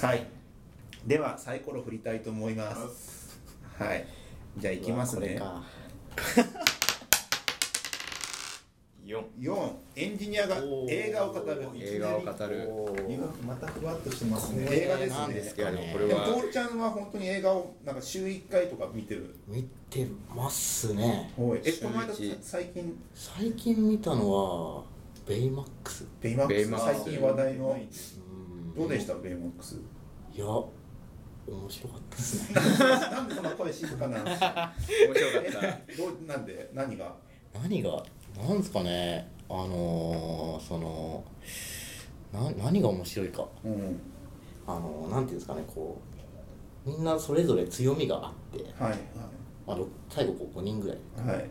はいではサイコロ振りたいと思いますはいじゃあいきますねうわ4 4エンジニアがおー映画を語るいき映な画をり語るこれか日本またふわっとしてますねこれ映画ですなんねですいやでもこれでもは徹ちゃんは本当に映画をなんか週1回とか見てる見てますねはいえ週一この間さ最近最近見たのはベイマックスベイマックベイスマック最ス近話題のうんどうでしたベイマックスいや面白かったですねなんでそんな声静かなの面白かったえどうなんで何が何がなんですかねあのー、そのな何が面白いかうんあのー、なんていうんですかねこうみんなそれぞれ強みがあって、はいまあ、ろ最後こう5人ぐらいはいはい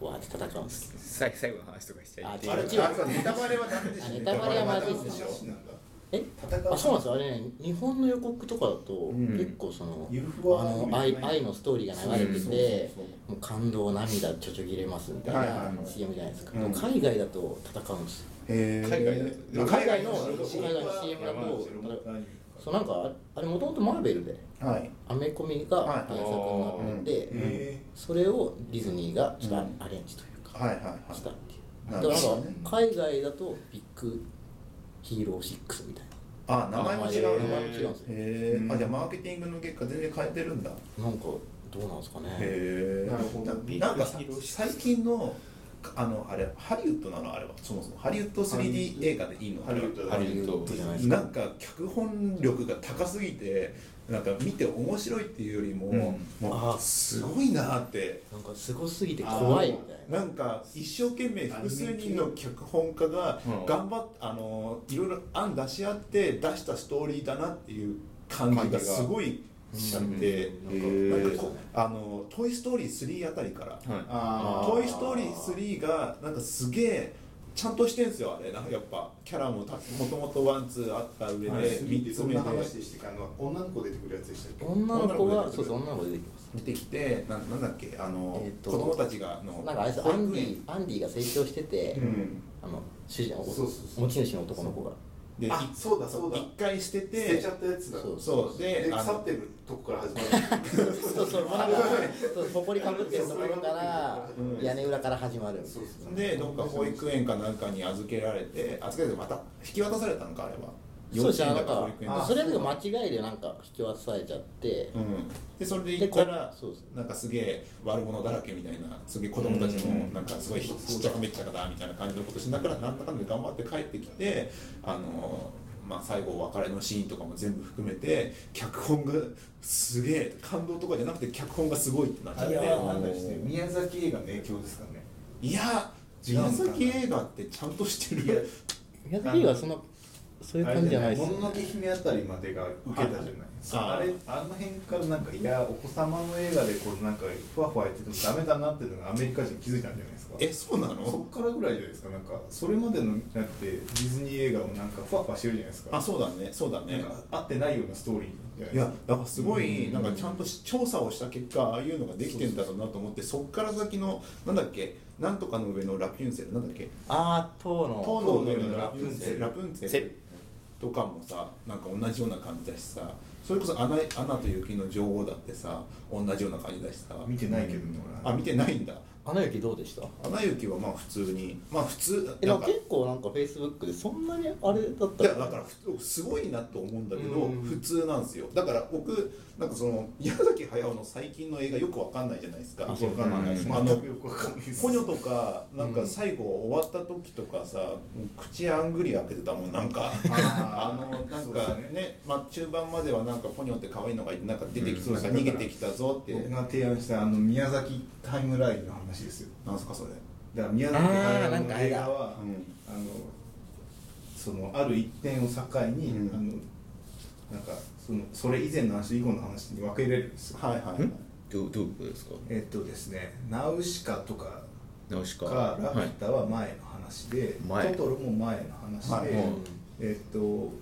わーって戦うんですけどさい最後の話とかしちゃいけあなれい違うあそうネタバレはダメでしょあネタバレはまずいですネタバねレはダメしょえ戦うあそうなんですよあれね日本の予告とかだと、ん結構そのユーフォあアの愛愛のストーリーが流れててそうそうそうもう感動涙ちょちょぎれますみたいはいはいはない CM じゃないですか、うん海外だと戦うんですよへー海外だとまあ海海外外のの海外の CM だとそうなんかあれもともとマーベルではいアメコミがはい原作になってて、うんへそれをディズニーがちょっとアレンジというか、はいはいはしたっいていうなだるかほらどなんか海外だとビッグヒーロー6みたいなあ名前も違う名の前へも違うんですよえあじゃあマーケティングの結果全然変えてるんだなんかどうなんですかねへえなるほどなんかさ最近のあのあれハリウッドなのあれはそもそもハリウッド 3D 映画でいいのハリウッドハリウッドじゃないですなかんか脚本力が高すぎてなんか見て面白いっていうよりも、うんもあうすごいなってなんかすごすぎて怖いみたいななんか一生懸命複数人の脚本家がうん頑張っあのいろいろ案出し合って出したストーリーだなっていう感じがすごいしちゃって。うんななんんかかこうあの「トイ・ストーリー3」あたりから「はいああーートイ・ストーリー3」がなんかすげえちゃんとしてんすよあれなんかやっぱキャラもたもともとワンツーあった上で3つそん目でな話でしたっけあの女の子出てくるやつでしたっけ女の子女の子ががそうそう女の子出てきます出てきてななんだっけあの、えーと子供たちがあのなんかあれです保アン育デ園ィアンディが成長してて、うんあの主人そうそうそう持ち主の男の子がであいそうだそうだ一回捨て捨ててちゃったやつだそうそうでであ腐のってるとこから始まるそうそうもうなんかそうほこりかぶってるところからうん屋根裏から始まるみたいそうそうでどっか保育園かなんかに預けられて預けてまた引き渡されたのかあれはなそうですね幼な稚園だかんか保育園あだそれで間違いでなんか引き渡されちゃって、うん、でそれでで行ったらこそうですなんかすげえ悪者だらけみたいなすげえ子供たちもうんなんかすごいひちっちゃかめっちゃかだみたいな感じのことしながらなんだかんだ頑張って帰ってきてあのーまあ最後お別れのシーンとかも全部含めて脚本がすげえ感動とかじゃなくて脚本がすごいってなっちゃっ あてれいやはなんだっけ宮崎映画の影響ですか ね宮崎映画ってちゃんとしてる宮崎はそんなそういう感じじゃないですもよ、ののけね、姫あたりまでが受けたじゃないああれあの辺からなんかいやお子様の映画でこうなんかふわふわやっててもダメだなっていうのがアメリカ人気づいたんじゃないですかえそうなそのっからぐらいじゃないですかなんかそれまでのだってディズニー映画もなんかふわふわしてるじゃないですかあそうだねそうだねなんか合ってないようなストーリーじゃないいですやかだからすごいなんかちゃんとし調査をした結果ああいうのができてんだろうなと思ってそっから先のなんだっけなんとかの上のラピュンセルなんだっけあー塔の塔の上のラピュンセセルルラプンツェセルルとかもさなんか同じような感じだしさそれこそアナ「アナと雪の女王」だってさ同じような感じだしさ見てないけどね俺あ見てないんだアナ雪どうでした「アナ雪」はまあ普通にまあ普通えななんんかか結構なんかフェイスブックでそんなにあれだっいたやだからふすごいなと思うんだけど、うん普通なんですよだから僕なんかその宮崎駿の最近の映画よくわかんないじゃないですかあそうわかんないですあの全くよくわかんないですポニョとかなんか最後終わった時とかさ、もう口あんぐり開けてたもんなんか ああののななんんかかねねまあ、中盤まではなんかポニョって可愛いのがいてなんか出てきそうだからうん逃げてきたぞって、僕が提案したあの宮崎タイムラインの話ですよなんすかそれ、だから宮崎駿の映画はうんあのそのある一点を境に、うんあのなんかそのそれ以前の話と以後の話に分けれるんですよはいはいはいどうどういうことですかえっとですね「ナウシカ」とかナウシカか「ラピはュいタ」は前の話で「前トトロ」も前の話で、はいはいえっと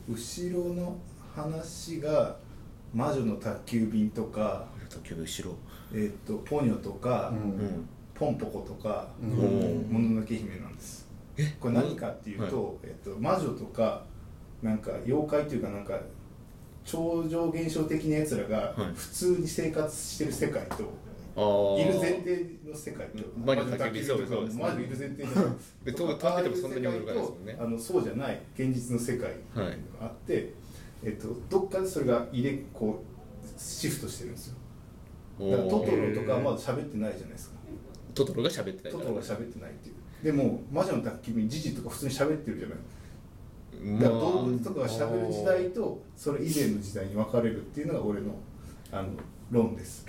後ろの話が「魔女の宅急便」とか、卓球部後ろえっと「ポニョ」とか、うんうんポンポコ」とかうおんーもののけ姫なんですこれ何かっていうと、えっと、魔女とかなんか妖怪というかなんか超常現象的なやつらがはい普通に生活してる世界と、あーいる前提の世界とうん魔女の宅急便そうそうですね魔女いる前提ので多分立っててもそんなに驚かないですもんねああいう世界とあのそうじゃない現実の世界があって、えっと、どっかでそれが入れこうシフトしてるんですよだからトトロとかはまだ喋ってないじゃないですかトトロが喋ってないトからトロが喋ってないっていうでも魔女の宅急便ジジとか普通に喋ってるじゃないだから動物とかが喋る時代とそれ以前の時代に分かれるっていうのが俺のあの論です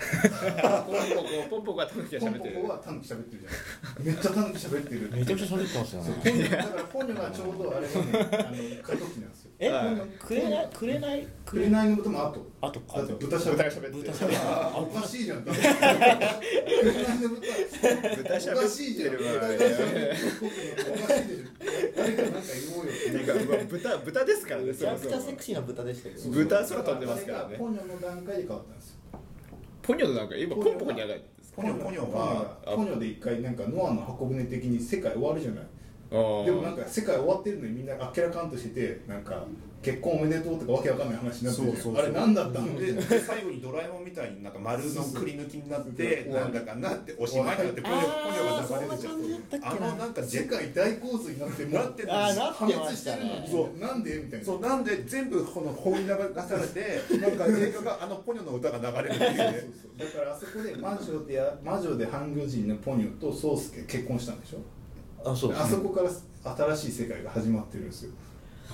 まあポンポコポンポコがタヌキがポン喋っポてるコはタヌキ喋ってるじゃんめっちゃタヌキ喋ってるめちゃくちゃ喋ってますよそねうポニョだからポニョがちょうどあれはねあの過渡期なんですよえはいほんとくれないくれないくれない紅のこともあとあとかだって豚しゃべってる豚しゃべってるあおかしいじゃんって紅の豚豚おかしいじゃんわ豚しゃべってるおかしいでしょ誰かなんか言おうよってなんかまあ豚豚ですからねめそちゃもくそちゃもセクシーな豚でしたけどぶ豚空飛んでますからねあれがポニョの段階で変わったんですよポニョのなんか今ポンポコに上がるんですポかニョポニョはポニョで一回なんかノアの箱舟的に世界終わるじゃないあーでもなんか世界終わってるのにみんなあっけらかんとしててなんか結婚おめでとうとかわけわかんない話になってるじゃんそうそうそうあれ何だったので最後にドラえもんみたいになんか丸のくり抜きになってなんだかなっておしまいになってポニョあーポそニョんが流れてな感じだったっちゃうあけのななんか世世界界大洪水になってもなってるあーな破ってま滅ししてたるのねにそうなんでみたいなそうなんで全部この放り流されてなんか映画があのポニョの歌が流れるっていうそうねそうだからあそこで魔女でや魔女で半魚人のポニョと宗介結婚したんでしょあそうあそこから新しい世界が始まってるんですよ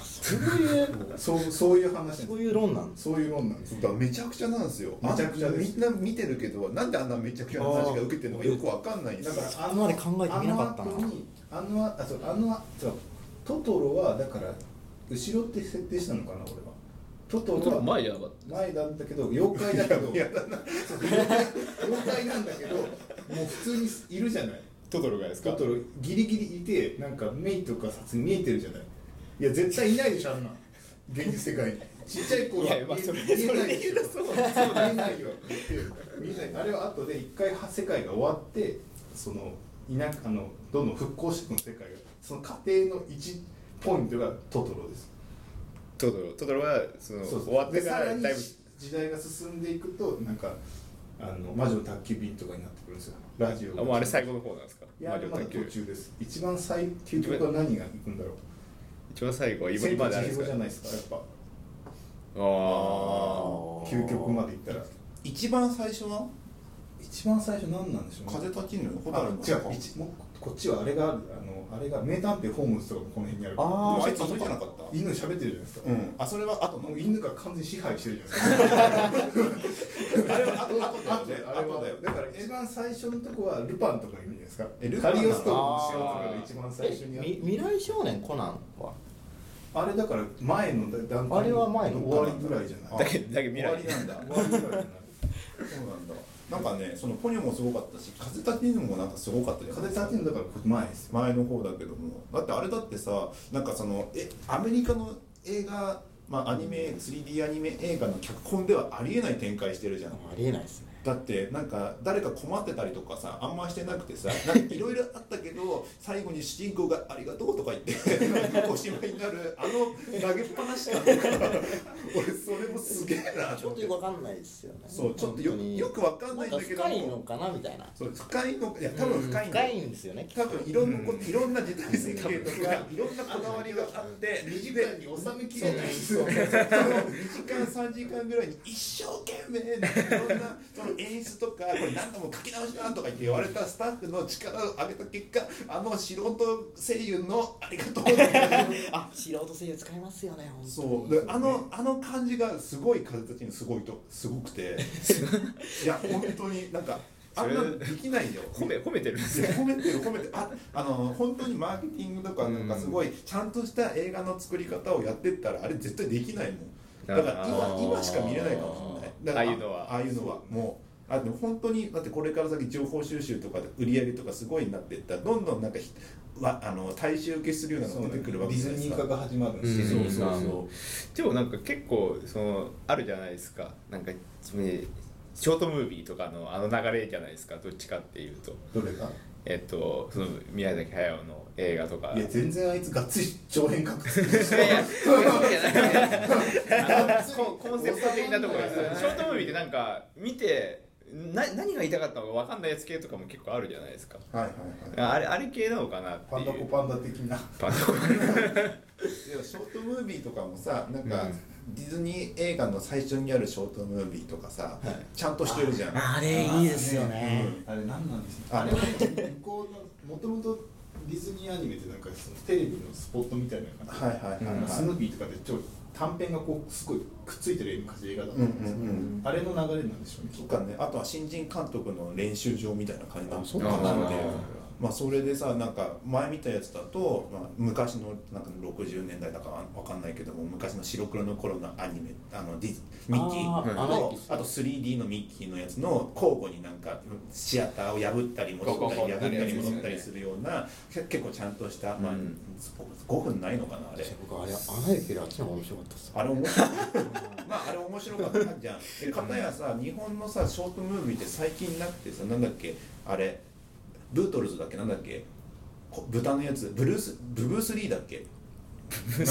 そういうそうそういう話なんですそういう論なんですそういうもんなんですだからめちゃくちゃなんですよめちゃくちゃですみんな見てるけどなんであんなめちゃくちゃな話が受けてるのかよくわかんないんですよだからそこまで考えてみなかったなあの後にあのあそうあのあそうトトロはだから後ろって設定したのかな俺はトトトトロロは前じゃなかっ前なんだけど妖怪だけど妖怪なんだけどもう普通にいるじゃないたトトロがですトトロギリギリいてなんかメイとかさ見えてるじゃないいや絶対いないでしょあんな現実世界にちっちゃい子はいやまあそれそれで言うとそう見えないよ見えないあれは後で一回は世界が終わってその田舎あのどんどん復興していくの世界がその過程の1ポイントがトトロですトトロトトロはそのそうそう終わってからだいでぶさらに時代が進んでいくとなんかあの魔女の宅急便とかになってくるんですよラジオあもうあれ最後の方なんですかいや魔女まだ卓途球中です一番最究極は何が行くんだろう一番最後は今今であれ千ですと千尋じかゃないですかやっぱああ究極までいったら一番最初は一番最初何なんでしょうね風立ちぬのあ蛍の違う一もうこっちはあれがあるあのあれが名探偵ホームズとかもこの辺にあるであもあーいつ遊びじゃなかった犬喋ってるじゃないですか、うんあそれは後のもう犬が完全に支配してるじゃないですかあれは後後あだよねとあれは後だよだから一番最初のとこはルパンとかいるんじゃないですかえルパカンなのリオストロの城とかが一番最初にあえっみて未来少年コナンはあれだから前の段階あれは前の終わりぐらいじゃないだけだけ未終わり来なんだ終わりぐらいじゃないそうなんだなんかねそのポニョもすごかったし風立ちぬもなんかすごかったじゃない風立てんだからこれ前ですよ前の方だけどもだってあれだってさなんかそのえアメリカの映画まあアニメ 3D アニメ映画の脚本ではありえない展開してるじゃんありえないですねだってなんか誰か困ってたりとかさあんましてなくて さなんかいろいろあったけど最後に主人公が「ありがとう」とか言って おしまいになるあの投げっぱなし 感とか俺それもすげえなちょっとよくわかんないですよねそうちょっとよ本当によくわかんないんだけどなんか深いのかなみたいなそう深いのいや多分深いうんだ深よいんですよねきっと多分いろんなこうと、んいろんな時代設計とかいろんなこだわりがあって2時間に収めきれないですそうその2時間3時間ぐらいに一生懸命いろんなその演出とかこれ何度も書き直しだとか言って言われたスタッフの力を上げた結果あの素人声優のありがとうっていうあ素人声優使いますよね本当にそうであのあの感じがすごい風立ちにすごいとすごくていや本当になんかあんなのできないよ褒め褒めてるんですいや褒めてる褒めてるああの本当にマーケティングとかなんかすごいちゃんとした映画の作り方をやってったらあれ絶対できないもんだからあ今ー今しか見れないかもしれないだからああいうのはああいうのはもうあでも本当にだってこれから先情報収集とかで売り上げとかすごいになっていったらどんどんなんかひわあの大衆受けするようなのが出てくるわけじゃないですかが始まるデんィズニーそう化そうんうそうでもなんか結構そのあるじゃないですかなんか自分でショートムービーとかのあの流れじゃないですかどっちかっていうとどれがええっとその宮崎駿の映画とかいや全然あいつがっつり長編書くつもりいやい やそういうことじゃなくてコンコンセプト的なところですよねショートムービーってなんか見てな何が言いたかったのか分かんないやつ系とかも結構あるじゃないですかはいはいはいあれあれ系なのかなって パいンダコうパンダ的なパンダコでもショートムービーとかもさなんか、うんディズニー映画の最初にあるショートムービーとかさ、ちゃんとしてるじゃんあれいいですよねあれ何なんですああれれはね向こうのもともとディズニーアニメってなんかそのテレビのスポットみたいなのはがいはいはいはい、うんスヌーピーとかでちょ短編がこうすごいくっついてる絵映画だったんですよ、うんうんうんあれの流れなんでしょうねきそっうとかね、あとは新人監督の練習場みたいな感じなあんそうかなのであーまあ、それでさなんか前見たやつだと、まあ、昔のなんか60年代だかわかんないけども昔の白黒の頃のアニメあのディミッキーあーうんあのとあと 3D のミッキーのやつの交互になんかシアターを破ったり戻ったりこうこうこう破ったりこう戻こったうやるやつりですするようなけ結構ちゃんとした、まあうん5分ないのかなあれ僕あれアナ雪よりあっちの方が面白かったっす あれ面白いまああれ面白かったじゃんで片やさ日本のさショートムービーって最近になってさなんだっけあれブートルズだっけなんだっけこ豚のやつブルースブブースリーだっけ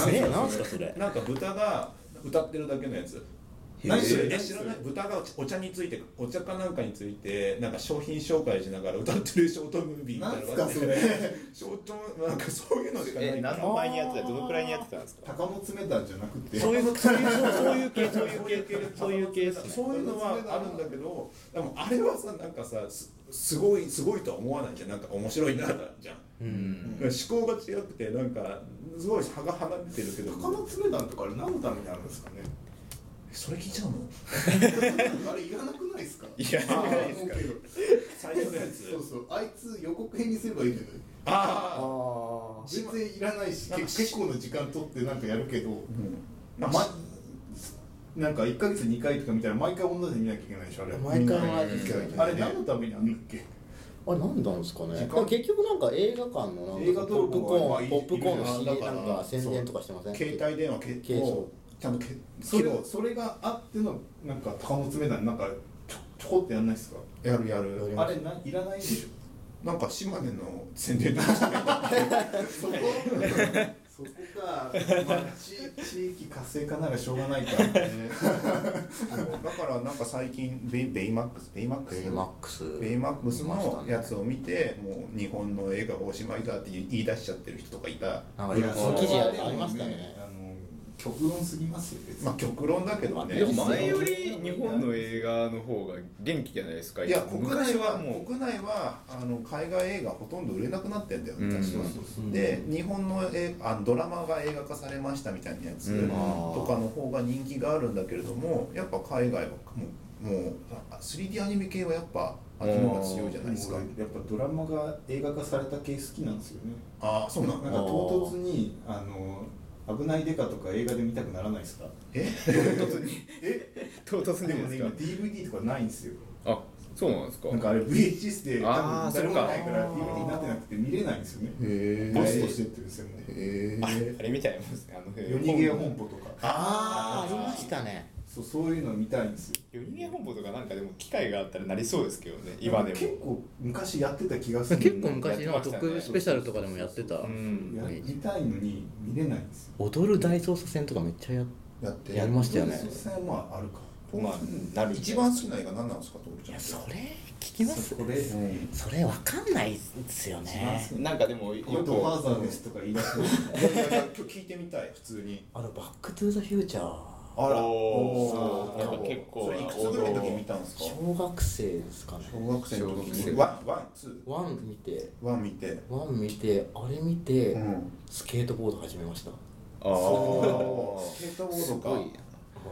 えなんすかそれなんか豚が歌ってるだけのやつへー何それえ知らない豚がお茶についてお茶かなんかについてなんか商品紹介しながら歌ってるショートムービーみたいななんのすがあかってそれショートムーなんかそういうのしかなえいから何の前にやってたどのくらいにやってたんですか高本詰めたんじゃなくてそういうそういうそういう系そういう系そういう系っすねそういうのはあるんだけどでもあれはさなんかさすすごいすごいとは思わないじゃんなんか面白いなじゃんうん思考が違くてなんかすごい差が離れてるけど高松詰めたんとかあれ何のためにあるんですかねそれ聞いちゃうのあれいらなくないですかいやあーいいですか思うけど最初のやつそうそうあいつ予告編にすればいいじゃないあああ、あ全然いらないしなんけか結構の時間取ってなんかやるけど、うん、ま、なんか1か月2回とか見たら毎回同じで見なきゃいけないでしょあれ毎回同じですよねあれ何のためにあんだっけあれ何なんですか時ね間結局なんか映画館のなんか映画ポッ泥プ棒コはーンいポップコーンの CD いるよなだかならんか宣伝とかしてません携帯電話け携帯をちゃんとけそれけどそれがあってのなんか高本詰めたなんかちょちょこっとやんないですかやるやるあれないらないでしなんか島根の宣伝と かしてないょそこそこか、まあ、地地域活性化ならしょうがないからねそうだからなんか最近ベイベイマックスベイマックスベイマックスベイマックスのやつをを見て、もう日本の映画はおしまいだって言い出しちゃってる人とかいた。なんかいろいろその記事ありましたよねあの極論すぎますよ別にまあ極論だけどね。でも前より日本の映画の方が元気じゃないですかいや国内昔はもう国内はあの海外映画ほとんど売れなくなってんだようね。ん確かうんで日本のえあドラマが映画化されましたみたいなやつうんとかの方が人気があるんだけれども、やっぱ海外はもうもうあ 3D アニメ系はやっぱあっちの方が強いじゃないですかも。うやっぱドラマが映画化された系好きなんですよねああそうななんんだか。唐突にあの危ないデカとか映画で見たくならないですかえ唐突にえ唐突でもにですね今か DVD とかないんですよあそうなんですかなんかあれ VHS で多あー分誰もないからそっか DVD になってなくて見れないんですよねへロストしてってるんですよねへあえれ。あれみたいなもんですねあの夜逃げ本舗とかあああありましたねそうそういうの見たいんですよ夜逃げ本部とかなんかでも機会があったらなりそうですけどね今でも結構昔やってた気がする結構昔やのってましたね特スペシャルとかでもやってたうんやりたいのに見れないんですよ踊る大捜査線とかめっちゃややってやりましたよね実際まああるかまあなる一番好きな映画何なんですか、トールいちゃやん。それ聞きまそすこでうんそれわかんないですよねなんかでもよゴッドファーザーですとか言い出すのいやいやいや今日聞いてみたい、普通に。あのバックトゥーザフューチャーあら、おーーやっぱ結構それいくつぐらいの時見たんですか。小学生ですかね小学生の時小学生に。ワン、ワン、ツワン見てー、ワン見て。ワン見てあれ見て、ん。スケートボード始めましたはあそあう。スケートボーすドか。ごいへ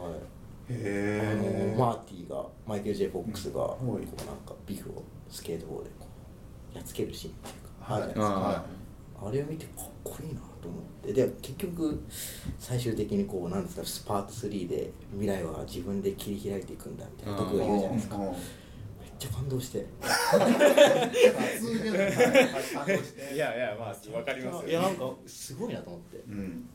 い、あえの。マーティがマイケル・ J ・フォックスが、うんこうなんかビフをスケートボードでこうやっつけるシーンっていうか、はいあるじゃないあですかあれを見てかっこいいなと思ってで結局最終的にこうなんですかスパート3で未来は自分で切り開いていくんだみたいな僕が言うじゃないですかめっちゃ感動して普通じゃない。はい感動しいてやいやまあわかりますいやよなんかすごいなと思ってうん。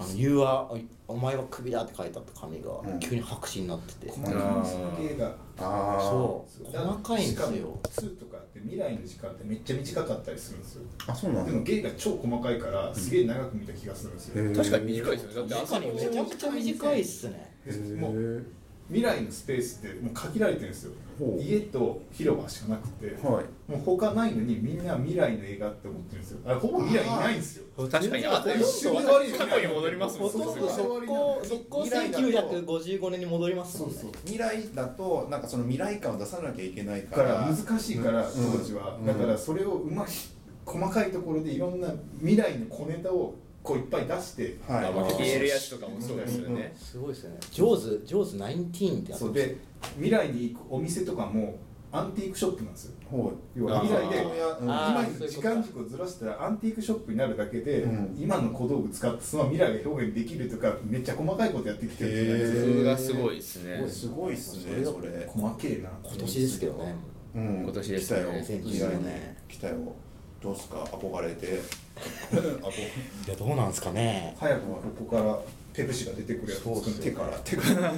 あの You are お前はクビだって書いてあった紙が急に白紙になってて、細かいその映画ああそう細かいんですよ2とかって未来の時間ってめっちゃ短かったりするんですよあそうなんでだも芸が超細かいからすげえ長く見た気がするんですよ、へー確かに短いですよねだっ確てかにめちゃくちゃ短いっすねへーもう未来のスペースってもう限られてるんですよほう家と広場しかなくて、はいもう他ないのにみんな未来の映画って思ってるんですよあれほぼ未来いないんですよ確かにあと一瞬ほとんど終わり過去に戻りますもほんとんどそ速うそう攻速攻1955年に戻りますそもんうねそう未来だとなんかその未来感を出さなきゃいけないだかからら難しいからうん当時は、うんだからそれをうまい細かいところでいろんな未来の小ネタをこういっぱい出してはいあまあ消えるやつとかもそうですようんうんねすごいですねジョーズジョーズ19ってやつそうで未来に行くお店とかもアンティークショップなんですよほ要は未来でうあー今そうのいう時こと間軸をずらしたらアンティークショップになるだけで、うん今の小道具使ってその未来が表現できるとかめっちゃ細かいことやってきてるじゃないですへかー工夫がすごいですねいすごいっすねそれ細けえな今年ですけどねうん今年ですね来たよ2024年来たよどうすか憧れ て憧いやどうなんですかね早くここからペプシが出てくるやつを作っ手てかからら手から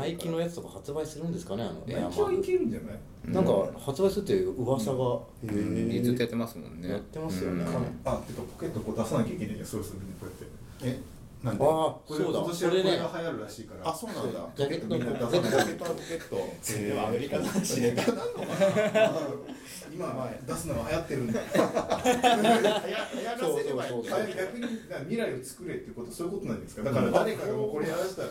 ナイキのやつとか発売するんですかねあのね一応いけるんじゃないなんか発売するっていう噂がうんずっとやってますもんねやってますよねうんあてかポケットこう出さなきゃいけないじゃんそろそろねこうやってえなんでああこれそうだ今年こはこれれねが流行るらしいからあそうなんだジャケットみんなの出ポケさなッいトポケットポケットでもアメリカの話えでーなんのかな 今は出すのが流行ってるんだやらせればいいそうそうそうあれ逆にだから未来を作れってことそういうことなんですかだから誰かがもうこれやらしたら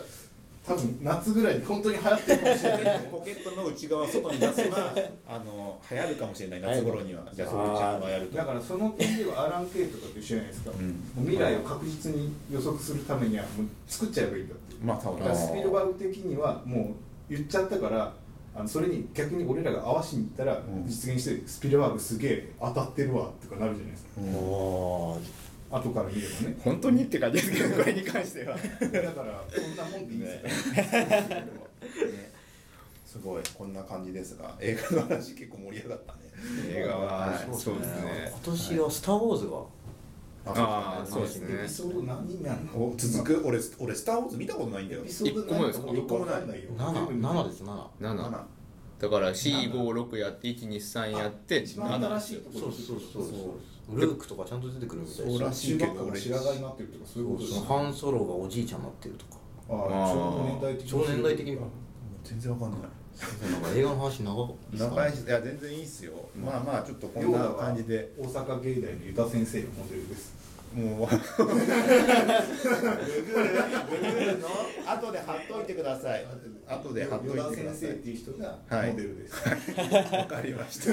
多分夏ぐらいに本当に流行ってるかもしれないポケットの内側を外に出せ ばあの流行るかもしれない夏頃にはじゃあそこちゃんはやるとだからその点ではアラン・ケイとかと一緒じゃないですか、うんもう未来を確実に予測するためにはもう作っちゃえばいいんだってまあ多分だからスピルバーグ的にはもう言っちゃったからあのそれに逆に俺らが合わしに行ったらん実現してスピルバーグすげえ当たってるわとかなるじゃないですかうおんお後から見 ればね本当にって感じですけどこれに関してはだからこんなもんでいいですよ、 ねすごいこんな感じですが映画の話結構盛り上がったね映画はそうですね今年は「スター・ウォーズ」がああそうですエピねソード何になるのお続く俺俺スター・ウォーズ見たことないんだエよピソード何かもよくわかんないよ7 7です7 7 7だから456やって123やって一番新しい7とこそろうそうそうそうそうルークとかちゃんと出てくるみたいですそうよらしい中学校の白髪になってるとかそういうことですそのハンソロがおじいちゃんになってるとかああちょうど年代的に超年代的に全然わかんない なんか映画の話長かった長いしいや全然いいっすよまあまあちょっとこヨんーダなは感じで大阪芸大のユタ先生のモデルですもう後で貼っといてください 後で貼っといヨダてく先ださ生いっていう人がはいモデルです、わかりました。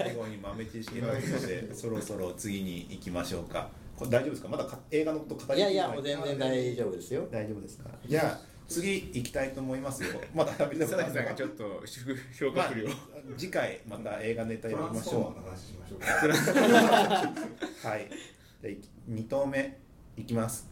最後に豆知識ますので、そろそろ次に行きましょうか。これ大丈夫ですか？まだか映画のこと語りきれいやいやもう全然大夫。丈夫ですよ大丈夫ですか？じゃあ次行きたいと思いますよ。まだ喋りた佐ことある々木さんがちょっと 評ま価あ不良、次回また映画ネタトやりランまスしフォーマょーの話しましょうう。はい。じゃあいき二投目いきます。